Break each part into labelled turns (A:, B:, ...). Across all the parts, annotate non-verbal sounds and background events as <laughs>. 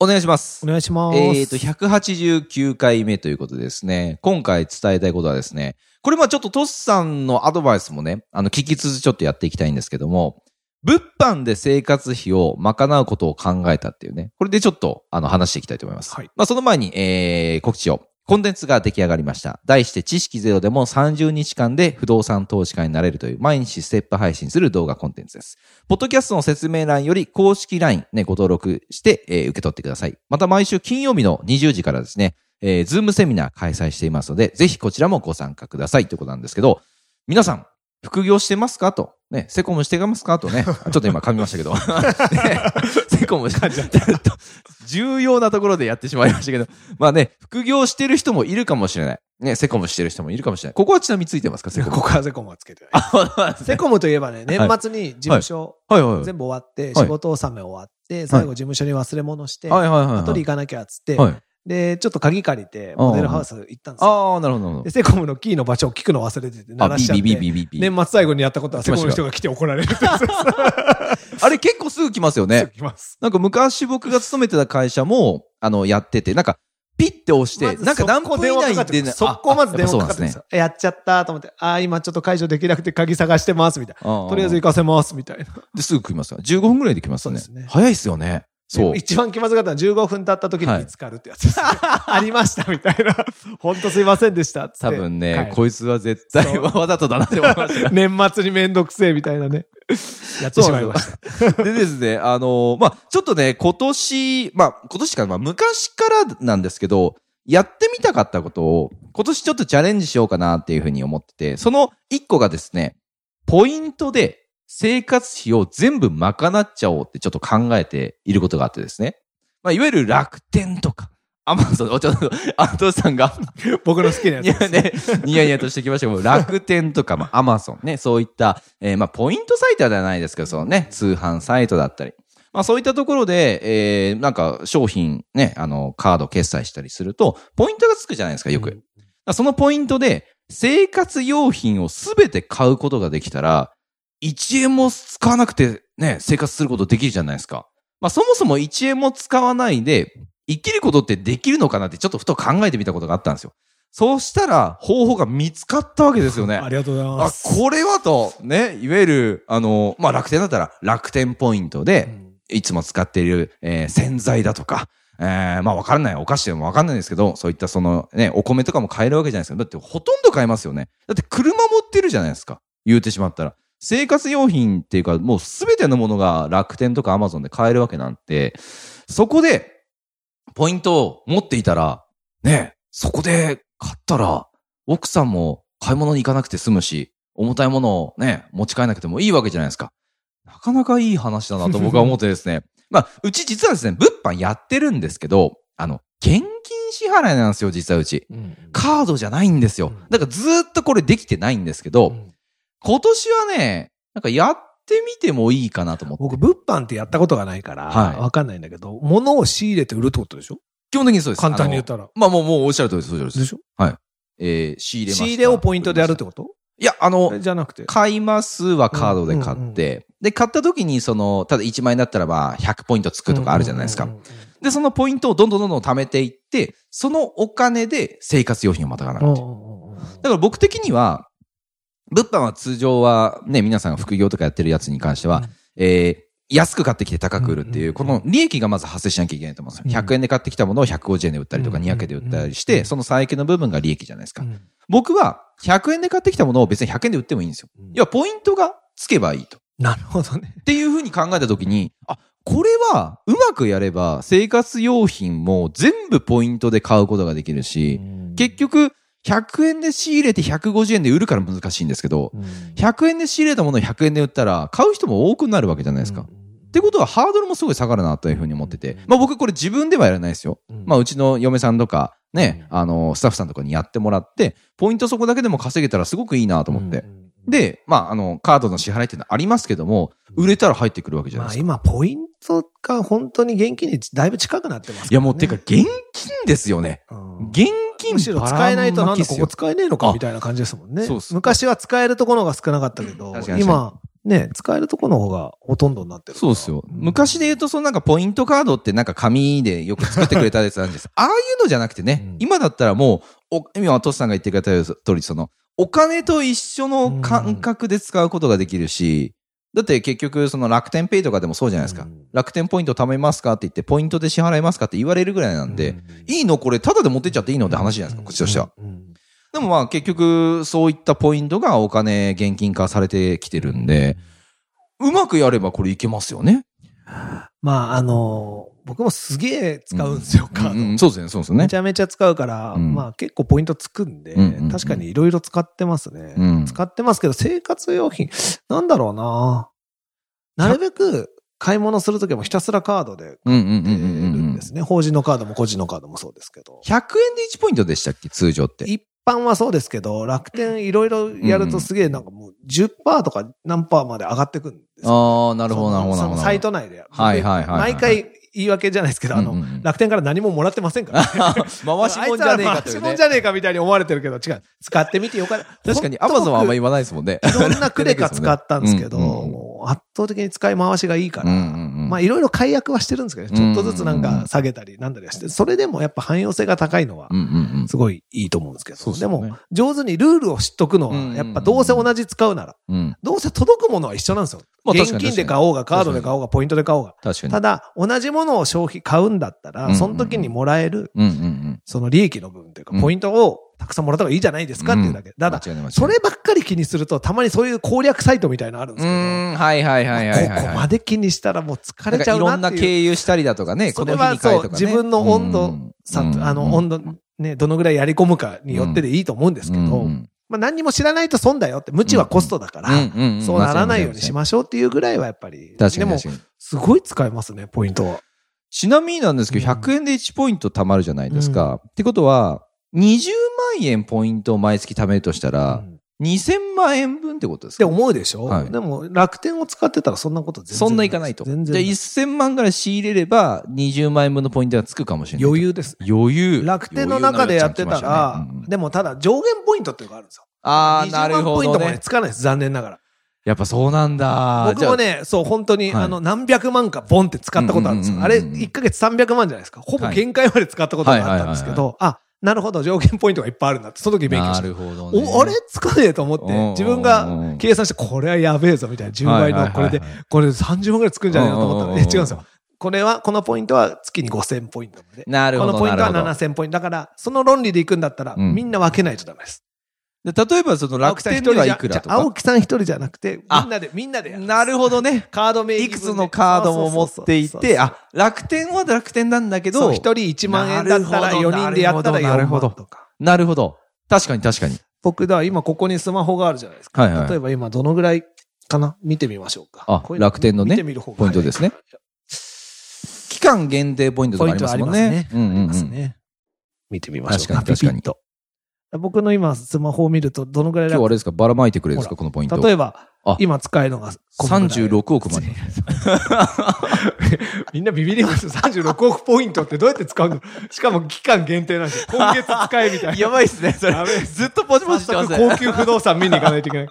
A: お願いします
B: お。願いします。
A: えっ、と、189回目ということでですね、今回伝えたいことはですね、これまあちょっとトスさんのアドバイスもね、あの、聞きつつちょっとやっていきたいんですけども、物販で生活費を賄うことを考えたっていうね、これでちょっとあの話していきたいと思います。
B: はい
A: まあその前に、えー、告知を。コンテンツが出来上がりました。題して知識ゼロでも30日間で不動産投資家になれるという毎日ステップ配信する動画コンテンツです。ポッドキャストの説明欄より公式 LINE ね、ご登録して、えー受け取ってください。また毎週金曜日の20時からですね、えー、ズームセミナー開催していますので、ぜひこちらもご参加くださいということなんですけど、皆さん、副業してますかと。ね、セコムしてますかとね。ちょっと今噛みましたけ
B: <laughs>
A: ど。ねセコムして、重要なところでやってしまいましたけど。まあね、副業してる人もいるかもしれない。ね、セコムしてる人もいるかもしれない。ここはちなみについてますか
B: い
A: セ
B: や
A: コム。
B: ここはセコムはつけてない。セコムといえばね、年末に事務所
A: はいはいはい。
B: 全部終わって、
A: はい
B: 仕事納め終わって、最後事務所に忘れ物して、
A: はいはいはいはい。
B: 後で行かなきゃっつって、
A: はい。
B: で、ちょっと鍵借りて、モデルハウス行ったんですよ。
A: ああ、なるほどなるほど
B: で、。セコムのキーの場所を聞くの忘れてて、鳴らしちゃって。
A: ビビビビビ
B: 年末最後にやったことは、
A: 来
B: セ
A: ま
B: コ
A: した
B: ムの人が来て怒られるってやつです。
A: あれ結構すぐ来ますよ
B: すぐ
A: ね。
B: 来ます。
A: なんか昔僕が勤めてた会社も、あの、やってて、なんか、ピッて押して、
B: まず
A: なんか何分以内に出ない。
B: そこまず電話かかっ
A: ああ
B: てくるそこまず電話かかってく
A: やっぱそうなんです
B: るんで
A: すね
B: よ。やっちゃったと思って、あー、今ちょっと解除できなくて鍵探してます、みたいな。
A: ああ。
B: とりあえず行かせます、みたいな。
A: ですぐ来ますから。15分ぐらいで来ますね。
B: そうですね
A: 早いっすよね。そう
B: で。一番気まずかったのは15分経った時に見つかるってやつですね、 <laughs> ありましたみたいな。 <laughs> ほんとすいませんでしたっつって。
A: 多分ね、
B: はい
A: こいつは絶対
B: そう
A: <laughs> わざとだなって思いました。
B: <laughs> 年末にめんどくせえみたいなね。やってしまいました。
A: でですね、あのーまあ、ちょっとね、今年、まあ、今年か、まあ、昔からなんですけど、やってみたかったことを、今年ちょっとチャレンジしようかなっていうふうに思ってて、その一個がですね、ポイントで生活費を全部賄っちゃおうってちょっと考えていることがあってですね。まあ、いわゆる楽天とか、アマゾン、おちょっと、アントさんが
B: 僕の好きなやつ
A: いやね、ニヤニヤとしてきましたけど、楽天とか、まあ、アマゾンね、そういった、えーまあ、ポイントサイトではないですけど、そのね、通販サイトだったり、まあ、そういったところで、えーなんか、商品ね、あの、カード決済したりすると、ポイントがつくじゃないですか、よく。だからそのポイントで、生活用品をすべて買うことができたら、1円も使わなくてね、生活することできるじゃないですか。まあ、そもそも1円も使わないで、生きることってできるのかなってちょっとふと考えてみたことがあったんですよ。そうしたら方法が見つかったわけですよね。
B: ありがとうございま
A: あ、
B: す。
A: これはと、ね、いわゆる、あの、まあ、楽天だったら楽天ポイント
B: う
A: で、
B: ん
A: いつも使っている、えー洗剤だとか、えーまあ、わからない、お菓子でもわかんないですけど、そういったそのね、お米とかも買えるわけじゃないですか。だってほとんど買えますよね。だって車持ってるじゃないですか。言うてしまったら。生活用品っていうか、もうすべてのものが楽天とかアマゾンで買えるわけなんて、そこで、ポイントを持っていたら、ね、そこで買ったら、奥さんも買い物に行かなくて済むし、重たいものをね、持ち帰らなくてもいいわけじゃないですか。なかなかいい話だなと僕は思ってですね。 <laughs> まあ、うち実はですね、物販やってるんですけど、あの、現金支払いなんですよ、実はうち。
B: うん
A: カードじゃないんですよ。だからずーっとこれできてないんですけど、
B: うん
A: 今年はね、なんかやってみてもいいかなと思って。
B: 僕、物販ってやったことがないから、
A: はい
B: わかんないんだけど、物を仕入れて売るってことでしょ
A: 基本的にそうです。
B: 簡単に言っ
A: ら。
B: たら。
A: まあもう、もうおっしゃる通りです、おっしゃる通りです。
B: でしょ
A: えー、仕入れました
B: 仕入れをポイントでやるってこと
A: いや、あの、
B: じゃなくて。
A: 買いますはカードで買って、で、買った時にその、ただ1万円だったらば100ポイントつくとかあるじゃないですか。
B: うんうんうん
A: で、そのポイントをどんどんどんどん貯めていって、そのお金で生活用品をまたがなくていう。
B: うんうんうんうん
A: だから僕的には、物販は通常はね、皆さんが副業とかやってるやつに関しては、
B: うん
A: えー安く買ってきて高く売るっていう、
B: うん
A: この利益がまず発生しなきゃいけないと思うんですよ。
B: うん
A: 100円で買ってきたものを150円で売ったりとか
B: うん
A: 200円で売ったりし
B: う
A: て、
B: ん
A: その差益の部分が利益じゃないですか
B: う。ん
A: 僕は100円で買ってきたものを別に100円で売ってもいいんですよ。要はポイントがつけばいいと。
B: なるほどね。
A: っていうふうに考えたときに、あ、これはうまくやれば生活用品も全部ポイントで買うことができるし、結局100円で仕入れて150円で売るから難しいんですけど、
B: うん
A: 100円で仕入れたものを100円で売ったら買う人も多くなるわけじゃないですか。
B: うん
A: っ。てことはハードルもすごい下がるなというふうに思ってて、まあ僕これ自分ではやらないですよ。
B: うん
A: まあうちの嫁さんとか、ね、あの、スタッフさんとかにやってもらって、ポイントそこだけでも稼げたらすごくいいなと思って。
B: うん、
A: で、まあ、あの、カードの支払いっていうのはありますけども、売れたら入ってくるわけじゃないで
B: まあ
A: すか。
B: 今、ポイントが本当に現金にだいぶ近くなってますからね
A: いや、もう、てか、、現金ですよね。
B: うん
A: 現金
B: むしろ使えないとなんだここ使えねえのか
A: あ
B: みたいな感じですもんね
A: そうっ。す
B: 昔は使えるところが少なかったけど
A: 確か、に
B: 今、ね、使えるところの方がほとんどになってるか
A: そう
B: ら。
A: ですよ。昔で言うと、そのなんかポイントカードってなんか紙でよく作ってくれたやつ
B: <laughs>
A: なんです。ああいうのじゃなくてね、
B: うん
A: 今だったらもう、お今、トスさんが言ってくれた通り、その、お金と一緒の感覚で使うことができるし、だって結局、その楽天ペイとかでもそうじゃないですか。
B: うん
A: 楽天ポイント貯めますかって言って、ポイントで支払いますかって言われるぐらいなんで、
B: い
A: いいのこれ、タダで持ってっちゃっていいのって話じゃないですか、こっちとしては。。でもまあ結局、そういったポイントがお金現金化されてきてるんで、うまくやればこれいけますよね。
B: まあ、あのー、僕もすげえ使うんですよ、
A: うん
B: カ
A: うん
B: ード。
A: そうですね、そうですね
B: めち。ゃめちゃ使うから、
A: うん
B: まあ結構ポイントつくんで
A: うんうんうん、
B: 確かにいろいろ使ってますね。
A: うん
B: 使ってますけど、生活用品、なんだろうななるべく買い物するときもひたすらカードで
A: うんうんうん
B: 買ってる
A: うんうんうん
B: んですね。法人のカードも個人のカードもそうですけど。
A: 100円で1ポイントでしたっけ通常って。
B: 一般はそうですけど、楽天いろいろやるとすげえなんかもう10%とか何パーまで上がってくるんですよ。
A: ああ、なるほど、なるほど、な
B: そ
A: るほ
B: の
A: ど。
B: サイト内で。
A: はいはいはいはい
B: 毎回言い訳じゃないですけど、あ
A: うん
B: の
A: うんうん、
B: 楽天から何ももらってませんからね。
A: <laughs> 回しもんじゃねえかとい
B: あいつら回し
A: う
B: も
A: ね
B: んじ。ゃねえかみ
A: <laughs>
B: たいに思われてるけど、違う。使ってみてよかった。
A: 確かに、アマゾンはあんま言わないですもんね。
B: いろんなクレカ使ったんですけど、
A: うんうんうん
B: もう圧倒的に使い回しがいいか
A: う
B: ら、
A: んうんうん。
B: まあいろいろ解約はしてるんですけどね、ちょっとずつなんか下げたりなんだりはして、それでもやっぱ汎用性が高いのは
A: うんうんうん。
B: すごいいいと思うんですけど、
A: そうっす
B: で
A: よね
B: も上手にルールを知っとくのは、
A: うんうんうん
B: やっぱどうせ同じ使うなら、
A: うん。
B: どうせ届くものは一緒なんですよ。
A: まあ確
B: 現
A: かに
B: 金で買おうが、カードで買おうが、ポイントで買おうが。
A: 確かに。
B: ただ、同じものを消費買うんだった
A: うんう
B: ら、
A: ん
B: その時にもらえる、
A: うんうんうん。
B: その利益の部分というか
A: う、ん
B: ポイントをたくさんもらった方がいいじゃないですかっていうだけ。ただ、
A: 間違いない間違いない
B: そればっかり気にすると、たまにそういう攻略サイトみたいなのあるんで
A: う
B: すけど、
A: ーん、はいはいはいはいはいはい。
B: ここまで気にしたらもう疲
A: なん
B: れちゃ
A: かいうろんな
B: なっていう。
A: 経由したりだとかね、
B: そ
A: こ
B: れ
A: の日
B: は
A: に買
B: そ
A: え
B: う
A: と、かね。
B: 自分の温度差
A: うん
B: あの、温度、ね、どのぐらいやり込むかによってでいいと思うんですけど、
A: うん
B: まあ、何にも知らないと損だよって、無知はコストだから、
A: うんうんん
B: そうならないようにし
A: ま
B: ましょうっていうぐらいはやっぱり。
A: す。確か
B: で
A: に
B: も
A: 確、かに。
B: すごい使えますね、ポイントは。
A: ちなみになんですけど、
B: うん
A: 100円で1ポイント貯まるじゃないですか。ってことは、20万円ポイントを毎月貯めるとしたら
B: う、んっ
A: 2000万円分ってことです
B: て
A: か
B: 思うでしょ、
A: はい
B: でも、楽天を使ってたらそんなこと全然
A: そんないかないと。じゃあ
B: 全然ない
A: 1000万から仕入れれば、20万円分のポイントがつくかもしれない。
B: 余裕です。
A: 裕。余裕。
B: 楽天の中でやってた
A: 余裕な
B: ら
A: よ、うになっちゃいましたねうん
B: でもただ上限ポイントっていうのがあるんですよ。
A: ああ、なる
B: 20万
A: ほ
B: ポイ
A: ど
B: ントもね、
A: ね。
B: つかないです、残念ながら。
A: やっぱそうなんだ。
B: 僕もね、そう、本当に、
A: はい
B: あの、何百万かボンって使ったことあるんですよ。
A: うんうん
B: あ
A: うんう
B: れ、
A: ん
B: 1ヶ月300万じゃないですか。ほぼ
A: はい
B: 限界まで使ったことがあったんですけど、あ、なるほど、条件ポイントがいっぱいあるんだって、その時
A: じ
B: 勉
A: ゃあ、な
B: 強した。
A: るほどね。
B: お、あれつかねえと思っ
A: うんうんうん
B: て、自分が計算して、これはやべえぞ、みたいな。10倍
A: はいはいは
B: の、
A: い
B: これで、これで30万ぐらいつくんじゃないのと思った
A: うん
B: ら、
A: うん
B: え
A: うん
B: 違うんですよ。これは、このポイントは月に5000ポイントまで。
A: なる
B: こ
A: ほど。
B: のポイントは
A: なるほど
B: 7000ポイント。だから、その論理でいくんだったら、
A: うん
B: みんな分けないとダメです。
A: で例えば、その楽天で
B: じ
A: は
B: ゃ
A: いくらとか。
B: 青木さん一人じゃなくて、
A: あ
B: みんなで、みんなでやるんです
A: なるほどね。
B: カード名義
A: い
B: 分で
A: くつのカードも持ってい
B: そうそうそう
A: て、
B: そう
A: あ、楽天は楽天なんだけ
B: そう
A: ど、
B: 一人1万円だった
A: な
B: ら
A: るほど
B: 4人でやったら
A: なる
B: 4
A: ほど
B: 万とか。
A: なるほど。確かに確かに。
B: 僕だ、今ここにスマホがあるじゃないですか。
A: はいはい
B: 例えば今どのぐらいかな見てみましょうか。
A: あ
B: こういうの
A: 楽天のね
B: 見てみる方が
A: ポイントですね。期間限定ポイントとか
B: ポイ
A: あ
B: ン
A: り
B: ト
A: ます
B: あり
A: もん
B: ます
A: ね
B: ね。。
A: うん
B: あり
A: うん
B: ま
A: う
B: す
A: ん。
B: ね。見てみましょう
A: 確かに確かに
B: ピピッと僕の今スマホを見るとどのぐらい
A: 今日あ
B: 楽
A: れですか、ばらまいてくれるんですか、このポイント。
B: 例えば
A: あ、
B: 今使えるのがこのぐらい
A: 36億まで。
B: みんなビビりますよ。36億ポイントってどうやって使うのしかも期間限定なんですよ。今月使えみたいな。
A: ばいっすね、そ
B: <laughs> やべえ
A: <laughs> ずっとポチ
B: 早 <laughs> 速高級不動産見に行かないといけない。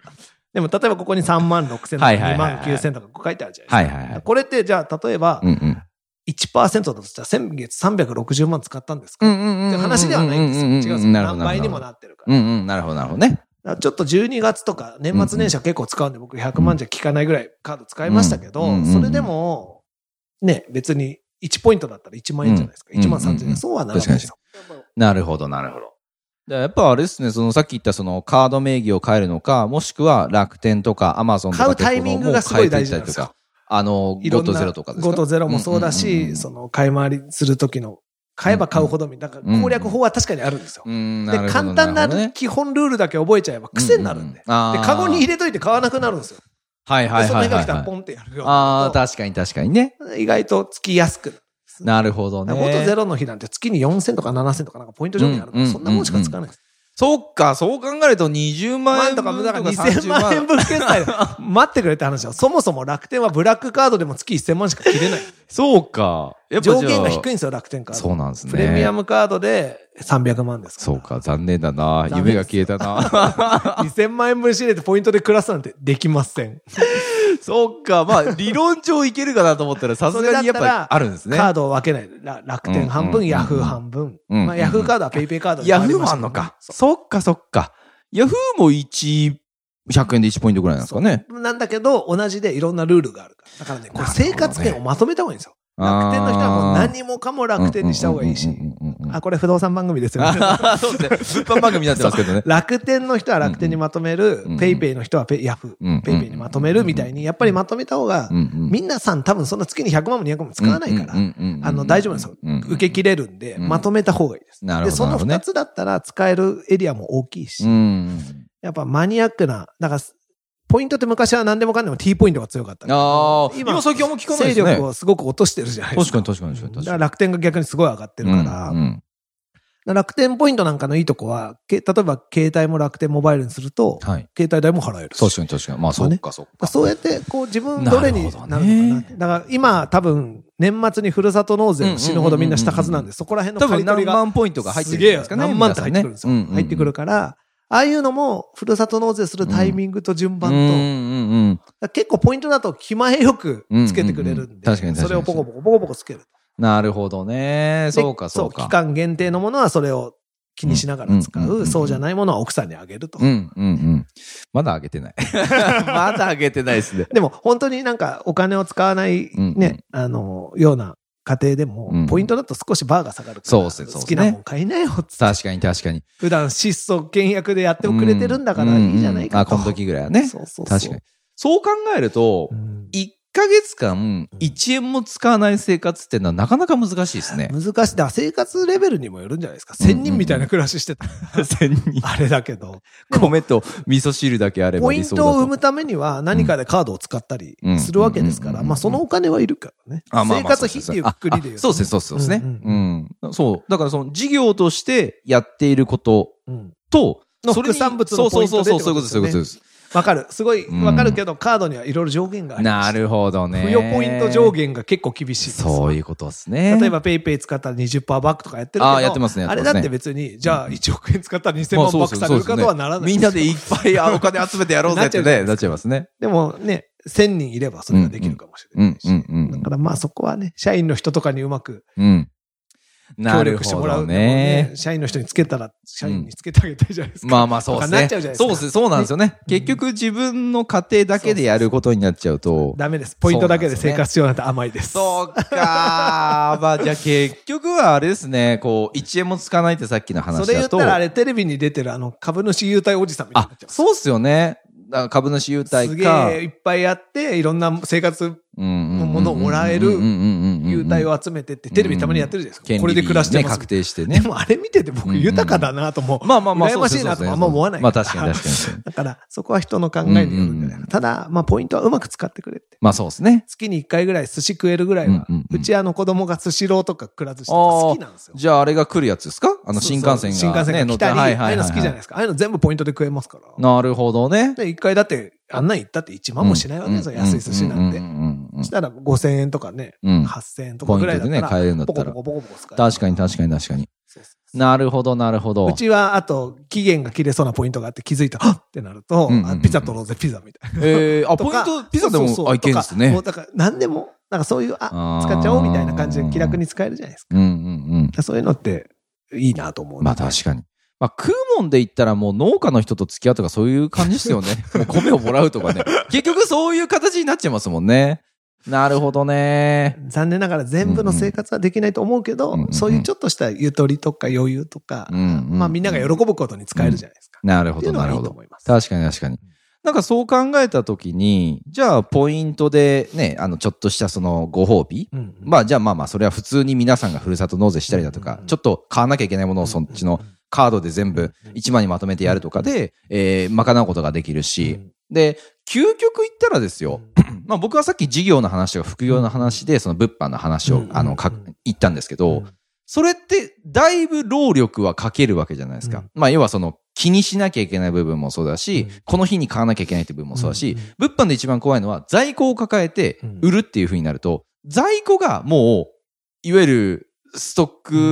B: でも、例えばここに3万6千とか
A: はいはいは
B: 2
A: い
B: 万
A: はい
B: 9千とかこう書いてあるじゃな
A: はいい
B: で
A: はい
B: す
A: は
B: か。
A: い。
B: これって、じゃあ、例えば
A: うん、うん。
B: 1%だとしたら、先月360万使ったんです
A: う
B: かっ
A: んうんうんうん
B: て
A: うん。
B: 話ではないんですよ。違うんですよ。
A: なるほど。なる
B: 何倍
A: ほど
B: にもなってるから。
A: うんうん、なるほど、なるほどね。
B: だからちょっと12月とか、年末年始は結構使うんで、僕100万じゃ効かないぐらいカード使いましたけ
A: うんうんうんう
B: ど、
A: ん
B: それでも、ね、別に1ポイントだったら1万円じゃないですか。
A: うん
B: 1万
A: うん
B: 3000円。そうはならないですよ。
A: なるほど、なるほど。だからやっぱあれですね、そのさっき言ったそのカード名義を変えるのか、もしくは楽天とかアマゾンとか
B: 買うタイミングがすごい大事
A: だ
B: なんですよ
A: あの、
B: いろんな
A: 5と0とかですか
B: 5と0もそうだし、
A: うんうんうん
B: その買い回りする時の、買えば買うほどみたいな、攻略法は確かにあるんですよ。
A: うん、
B: で、簡単
A: るほど
B: な
A: ね
B: 基本ルールだけ覚えちゃえば癖になるんで。
A: ううあー
B: で、カゴに入れといて買わなくなるんですよ。
A: はいはい
B: で、その
A: はい
B: 日が
A: はい
B: 来たら
A: は
B: ポ
A: い。
B: ンってやるように
A: ああ、
B: なる
A: 確かに確かにね。
B: と。意外とつきやすくなるんですです。
A: なるほどね。
B: 元ゼロの日なんて月に4000とか7000とかなんかポイント上限あるか
A: うん
B: ら、
A: うん
B: そんなもんしか使わないです。
A: そっか、そう考えると20万
B: 万
A: 円
B: と
A: 分
B: か、だから
A: 30
B: 2000万円分決済で待ってくれって話だ。そもそも楽天はブラックカードでも月1000万しか切れない。
A: そうか。やっぱじゃあ
B: 上限が低いんですよ、楽天カード。
A: そうなんですね。
B: プレミアムカードで300万です
A: そう
B: か
A: か、残念だな。
B: 残念
A: 夢が消えたな。
B: ら。2000万円分仕入れてポイントで暮らすなんてできません。
A: そっか、まあ、理論上いけるかなと思ったら、さすがにやっ
B: それだった
A: ぱ
B: ら
A: あるんですね。
B: カードを分けない。ら楽天半
A: うんうんうんう
B: 分、
A: ん
B: ヤフー半分。
A: うん
B: まあヤフーカードはペイペイカード
A: ヤフーもあんのか。
B: そ
A: そっかそっか。ヤフーも1、100円で1ポイントぐらいなんですかね。
B: う。なんだけど、同じでいろんなルールがあるから。だからね、これ生活圏をまとめた方がいいんですよ。楽天の人はもう
A: あ
B: 何もかも
A: ー
B: 楽天にした方がいいし
A: うん。うんうんうんうん
B: あ、これ不動産番組ですよね。
A: あーそうですね。物販番組になってますけどね。
B: 楽天の人は楽天にまとめる
A: うん、
B: ペイペイの人はペイヤフ
A: うん
B: ー、ペイペイにまとめるみたいに、やっぱりまとめた方が
A: う、んうん
B: みんなさん多分そんな月に100万も200万も使わないから
A: うん、うんうんうん
B: あの、大丈夫なんですよ。受け切れるんで、
A: うん
B: まとめた方がいいです。
A: なるほ
B: で、
A: ど
B: そ
A: な
B: の
A: るほどね
B: 2つだったら使えるエリアも大きいし
A: う、ん。
B: やっぱマニアックな、だから、ポイントって昔は何でもかんでも T ポイントが強かった。
A: ああ、今最近あんま聞かないで
B: 勢
A: すね
B: 力。をすごく落としてるじゃないで
A: 確
B: す
A: か
B: か。
A: に確かに確かに確
B: だか
A: からに。
B: 楽天が逆にすごい上がってるから、
A: うんうん
B: 楽天ポイントなんかのいいとこは、け例えば携帯も楽天モバイルにすると、
A: はい。
B: 携帯代も払えるし。
A: 確かに確かに。まあ、そっ
B: ね
A: かそっ
B: まあ
A: か。
B: そうやって、こう自分どれになるのか
A: な
B: な。
A: るほどね
B: だから今多分年末にふるさと納税を死ぬほどみんなしたはずなんで、そこら辺
A: 多
B: の刈
A: 分
B: り
A: 何
B: 取りが
A: 万ポイントが入ってる
B: す
A: ん
B: げ
A: じゃ
B: え
A: ないですかね。
B: 何万って入ってくるんですよ。
A: 皆さね
B: 入ってくる。から、ああいうのもふるさと納税するタイミングと順
A: うん
B: 番
A: う
B: と、
A: んうん
B: だから結構ポイントだと気前よくつけてくれ
A: うんうん
B: る
A: うん
B: んで、
A: 確かに確かに
B: それをポコポコポコポコつける。
A: なるほどね。
B: で
A: そうかそうか。
B: 期間限定のものはそれを気にしながら使
A: うんうんうんう
B: う、
A: ん
B: そうじゃないものは奥さんにあげると
A: う。んうんうん。まだ上げてない。 <laughs> まだ上げてないですね。
B: でも本当になんかお金を使わない
A: うん
B: ね、あの、ような家庭で
A: うん
B: も、ポイントだと少しバーが下がるから、
A: そうっすねそうっ
B: 好
A: すね
B: きなもん買いなよっつって
A: 確かに確かに。
B: 普段質素倹約でやってくれてるんだからいいじゃないかと。
A: うんうんあ、この時ぐらいはね。
B: そうそうそう
A: 確かに。。そう考えると
B: う、ん
A: 1ヶ月間1円も使わない生活ってのはなかなか難しいですね。
B: 難しい。だから生活レベルにもよるんじゃないですか。
A: うんうんうん
B: 千人みたいな暮らししてた。
A: 千人。
B: あれだけど。
A: <laughs> 米と味噌汁だけあれば
B: ポイ
A: 理
B: ン
A: 想だ
B: トを生
A: と
B: む。ためには何かでカードを使ったり
A: うん
B: するわけですか
A: うんうんうんう
B: ら、
A: ん
B: まあそのお金はいるからね。
A: あまあ
B: 生
A: まあ
B: 活費っていうくくりで言
A: ああ
B: う
A: そ
B: と
A: うですね、そうですね。
B: うん
A: うんそう。だからその事業としてやっていること
B: うん
A: と、
B: の
A: それに
B: 副産物のポイントで
A: そうそうそう、
B: って
A: そういうことで、そういうこ
B: ことですすよね
A: とです。
B: わかる。すごい
A: うん
B: わかるけど、カードにはいろいろ上限があります。
A: なるほどね。
B: 付与ポイント上限が結構厳しいです。
A: そういうことですね。
B: 例えば、ペイペイ使ったら20%バックとかやってるけど、
A: あーやってますねやって
B: あ
A: ますね
B: れだって別に、じゃあ1億円使ったら2000
A: まあ
B: 万
A: そう
B: バ
A: で
B: ッ
A: す
B: クされるかとはならない。
A: みんなでいっぱいあお金集めてやろうぜってね、な
B: な
A: っ
B: っ
A: ちゃいますね。
B: <laughs> でもね、1000人いればそれができるかもしれないし。
A: うんうんうんうん
B: だからまあそこはね、社員の人とかにうまく
A: うん。な
B: 協
A: る
B: 力して
A: ほ
B: もら
A: ど
B: うのもね
A: ね。
B: 社員の人につけたら、社員につけてあげたいじゃないですか。
A: まあまあそうです
B: とかな
A: ね
B: っちゃうじゃない。です
A: そう
B: か
A: ですそうなんですよね。結局自分の家庭だけでやることになっちゃうと。
B: ダメです。ポイントだけで生活しようなんて甘いです。
A: そうかー。まあ <laughs> じゃあ結局はあれですね、こう、1円もつかないってさっきの話だと。
B: それ言ったらあれテレビに出てるあの株主優待おじさんみたいに
A: あ
B: なっちゃ、う。
A: そうっすよね。だから株主優待
B: すげ
A: か。
B: えいっぱいやって、いろんな生活
A: の
B: ものをもらえる優待を集めてってテレビたまにやってるじゃないですか。これで暮らしてま
A: ね、
B: す
A: 確。定してね。
B: でもあれ見てて僕豊かだなとも、
A: まあまあまあ、
B: 羨ましいなともあんま思わない
A: ま
B: か
A: あ
B: ら。
A: 確かに確かに。
B: だから、そこは人の考えによるんじゃ
A: う
B: なんい
A: うんう
B: か
A: ん
B: ただ、まあ、ポイントはうまく使ってくれって。
A: まあそうです
B: <laughs>
A: ね。
B: 月に1回ぐらい寿司食えるぐらいは、
A: うんうんう
B: うんちあの子供が寿司ローとかくら寿司とか好きなんですよ。
A: じゃああれが来るやつですかあの
B: そうそ
A: 新
B: う
A: 幹線が。
B: 新幹線が
A: ね
B: 来たり、
A: 乗っ
B: ああいうの好きじゃないですか。ああいうの全部ポイントで食えますから。
A: なるほどね。
B: で、1回だって、あんなん行ったって1万もしないわけですよ、安い寿司なんて。
A: ううんうんうん
B: そしたら5000円とかね、
A: うん
B: 8000円とか
A: ポイ
B: ぐ
A: ン
B: らい
A: ト
B: だ
A: でね、
B: ったら、
A: 買えるんだ
B: ポ
A: った
B: コ
A: ら
B: ポ。コポコポコ使える
A: 確かに確かに確かに。
B: そうそうそう
A: なるほど、なるほど。
B: うちは、あと、期限が切れそうなポイントがあって気づいた、はっってなると、
A: うんうんうん
B: あピザ取ろうぜ、ピザみたいな。
A: えー、
B: <laughs>
A: あ、
B: と
A: ポイン
B: か
A: ト、ピザで
B: そうそう
A: も、
B: そう
A: あ、いけんです
B: とかも
A: ね
B: う。だから何でも、なんかそういう、
A: あ
B: あ
A: ー、
B: 使っちゃおうみたいな感じで気楽に使えるじゃないですか。
A: うんうん
B: だからそういうのっていいなと思
A: う。
B: うんんで。
A: まあ確かに。まあ食うもんで言ったらもう農家の人と付き合うとかそういう感じです
B: <laughs>
A: よね。もう米をもらうとかね。結局そういう形になっちゃいますもんね。なるほどね。
B: 残念ながら全部の生活はできないと思うけ
A: う
B: ど、
A: んうんうん
B: そういうちょっとしたゆとりとか余裕とか、
A: うんうん
B: まあみんなが喜ぶことに使えるじゃないですか。
A: なるほ
B: ってい
A: ど、
B: うの
A: な
B: が
A: る
B: い
A: ほ
B: いと
A: ど。
B: 思います。
A: 確かに確かに。なんかそう考えたときに、じゃあポイントでね、あの、ちょっとしたそのご褒美、
B: うん
A: まあじゃあまあまあ、それは普通に皆さんがふるさと納税したりだと
B: うん
A: か
B: う、ん
A: ちょっと買わなきゃいけないものをそっちのカードで全部1万にまとめてやるとかで、えー、賄うことができるし、で、究極言ったらですよ、 <clears throat> まあ僕はさっき事業の話とか副業の話で、その物販の話を
B: う、ん
A: あの、か
B: うん
A: 言ったんですけど、それってだいぶ労力はかけるわけじゃないです
B: う
A: か
B: ん。
A: まあ要はその気にしなきゃいけない部分もそうだし
B: うん、
A: この日に買わなきゃいけないって部分もそうだし
B: うん、
A: 物販で一番怖いのは在庫を抱えて
B: うん
A: 売るっていう風になると、在庫がもう、いわゆるストッ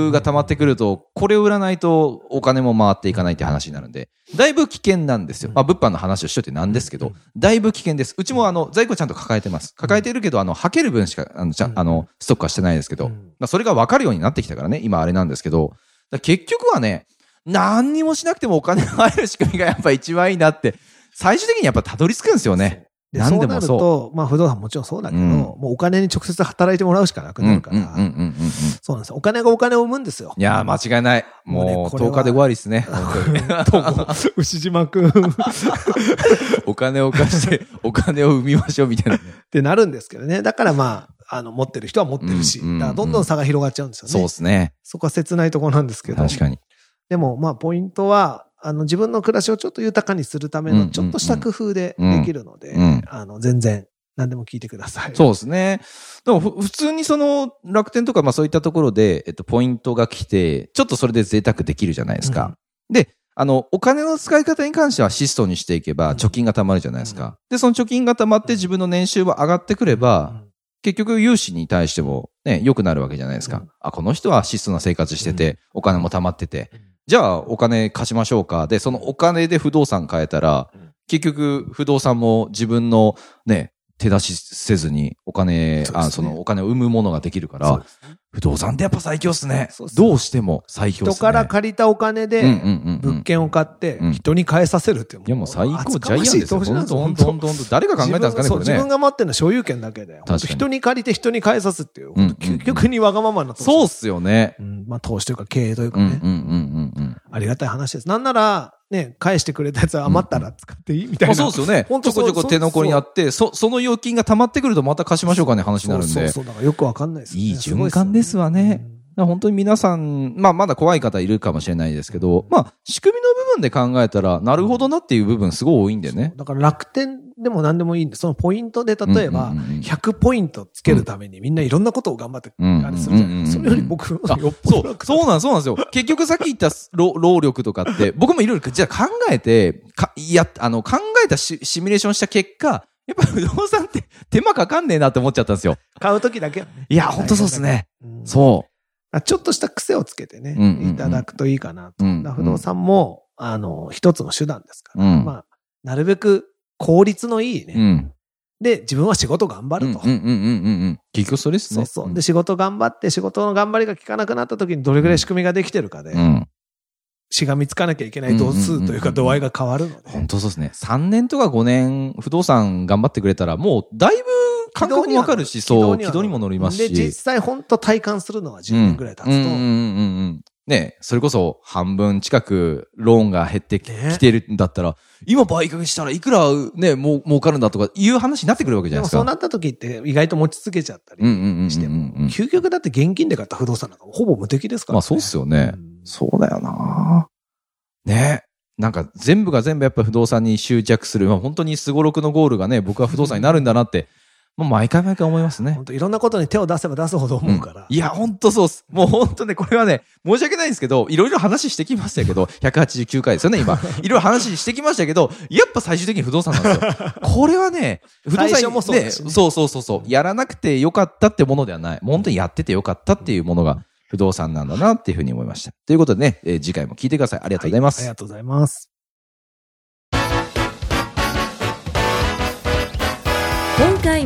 A: クが溜まってくると、これを売らないとお金も回っていかないって話になるんで、だいぶ危険なんですよ。まあ物販の話をしといてなんですけ
B: う
A: ど
B: ん、
A: だいぶ危険です。うちもあの、在庫ちゃんと抱えてます。抱えてるけど、あの、はける分しか、あの、ちゃ
B: うん
A: あのストックはしてないですけど、
B: うん
A: まあそれが分かるようになってきたからね、今あれなんですけど、だから結局はね、何にもしなくてもお金が入る仕組みがやっぱ一番いいなって、最終的にやっぱたどり着くんですよね。
B: で
A: 何
B: そう
A: で
B: な
A: も
B: る
A: そう
B: と、まあ不動産もちろんそうだけど、
A: うん
B: もうお金に直接働いてもらうしかなくなるから、
A: うんうんうんうんうんうん
B: そうなんですよ。お金がお金を生むんですよ。
A: いやー、間違いない。
B: もうね
A: もう、
B: これは
A: 10日で5割です
B: <laughs>
A: ね。
B: と、牛島くんっ
A: お金を貸して、お金を生みましょうみたいなね。
B: てなるんですけどね。だからまあ、あの、持ってる人は持ってるし、
A: うんうんうん
B: だからどんどん差が広がっちゃうんですよね。
A: そうですね。
B: そこは切ないところなんですけど。
A: 確かに。
B: でもまあ、ポイントは、あの、自分の暮らしをちょっと豊かにするための、ちょっとした工夫でできるので、
A: うん。
B: あの、全然、何でも聞いてください。
A: そうですね。でも、ふ普通にその、楽天とか、まあそういったところで、えっと、ポイントが来て、ちょっとそれで贅沢できるじゃないですか。で、あの、お金の使い方に関しては質素にしていけ
B: う
A: ば、
B: ん
A: 貯金が貯まるじゃないですか。で、その貯金が貯まって自分の年収は上がってくれ
B: う
A: ば、
B: ん。
A: 結局融資に対してもね、良くなるわけじゃないですか。
B: うん
A: あ、この人は質素な生活してて、お金も貯まってて
B: うん、
A: じゃあお金貸しましょうか。で、そのお金で不動産買えたら
B: うん、
A: 結局不動産も自分のね、手出しせずにお金、
B: そうですね
A: あそのお金を生むものができるか
B: そう
A: ら
B: で、す
A: 不動産ってやっぱ最強っすね
B: そうっ。すね
A: どうしても最強っす
B: 人
A: ね。
B: から借りたお金で、
A: うんうんうんうん
B: 物件を買って
A: うん、
B: 人に返させるっていう。
A: いやもう最高ジャイアンですよ。
B: 厚かましい投資な
A: 本
B: んです
A: 当
B: よ
A: 本当本当誰が考えたんですかね、こ
B: 自分そ
A: れ
B: う自分
A: ね。
B: が持ってるのは所有権だけで。
A: かに
B: 人に借りて人に返さすってい
A: う
B: う、
A: んうん
B: 究極にわがままな投資。
A: そうっすよね。
B: うんまあ投資というか経営というか
A: うんうん
B: ね、
A: うんうんうん。
B: ありがたい話です。なんなら、ね、返してくれたやつは余ったら使っていいみたい
A: ま
B: な。
A: あ、そうですよね。ちょ
B: 本当
A: こ
B: そう
A: ちょこ手残りにあって、そ、その預金が溜まってくるとまた貸しましょうかね話になるんで。
B: そうそうそうだからよくわかんないですよね。
A: いい循環ですわね
B: ごいっす
A: だ
B: よね。
A: から本当に皆さん、まあまだ怖い方いるかもしれないですけど、まあ仕組みの部分で考えたら、なるほどなっていう部分すごい多いんでね
B: そう。だから楽天でも何でもいいんで、そのポイントで例えば
A: うんうんうんうん、
B: 100ポイントつけるためにみんないろんなことを頑張って、
A: うん
B: あれするじゃ
A: うんうん
B: な
A: う
B: い
A: ん
B: それより僕、よっ
A: あ
B: ぽ
A: そ
B: ど
A: う、そうなんそうなんですよ。結局さっき言った労労力とかって、僕もいろいろ、じゃあ考えて、か、いや、あの、考えたシシミュレーションした結果、やっぱ不動産って手間かかんねえなって思っちゃったんですよ。
B: 買うときだけ。
A: いや、本当そうですね。
B: うん
A: そ
B: あちょっとした癖をつけてね、
A: うんうんうん
B: いただくといいかなと。
A: う。うん
B: だから不動産も、あの、一つの手段ですから、
A: うん
B: まあ、なるべく効率のいいね、
A: うん。
B: で、自分は仕事頑張ると。
A: うんうんうんうんうんうん。結局それです
B: そ
A: ね。
B: うそう。で、仕事頑張って、仕事の頑張りが効かなくなった時にどれぐらい仕組みができてるかで、
A: うん。
B: しがみつかなきゃいけない度数というか
A: うんうんうんうん
B: 度合いが変わるので。
A: 本当そうですね。3年とか5年、不動産頑張ってくれたら、もうだいぶ感覚もわかるし、そう、軌道にも乗りますし。
B: で、実際本当体感するのは10年ぐらい経つ
A: う
B: と、
A: んうんうんうんうん。ねそれこそ半分近くローンが減ってき,、
B: ね
A: てるんだったら、今倍額したらいくらね、もう儲かるんだとかいう話になってくるわけじ
B: で
A: ゃない
B: も
A: ですか。
B: そうなった時って意外と持ち続けちゃった
A: うん
B: り
A: うんうんうんうん
B: しても、究極だって現金で買った不動産なんかほぼ無敵ですからね。
A: まあそうっすよね。
B: うん
A: そうだよなねなんか全部が全部やっぱ不動産に執着する。まあ本当にスゴロクのゴールがね、僕は不動産になるんだなって、もう毎回毎回思いますね
B: 本。当いろんなことに手を出せば出すほど思うから。
A: いや、本当そうっす。もう本当ね、これはね、申し訳ないんですけど、いろいろ話してきましたけど、189回ですよね、今。いろいろ話してきましたけど、やっぱ最終的に不動産なんですよ。これはね、不動産に
B: 最初もそうだしね
A: そうそうそうそう。やらなくてよかったってものではない。本当にやっててよかったっていうものが不動産なんだなっていうふうに思いました。ということでね、えー次回も聞いてください。ありがとうございます。
B: ありがとうございます。
C: 今回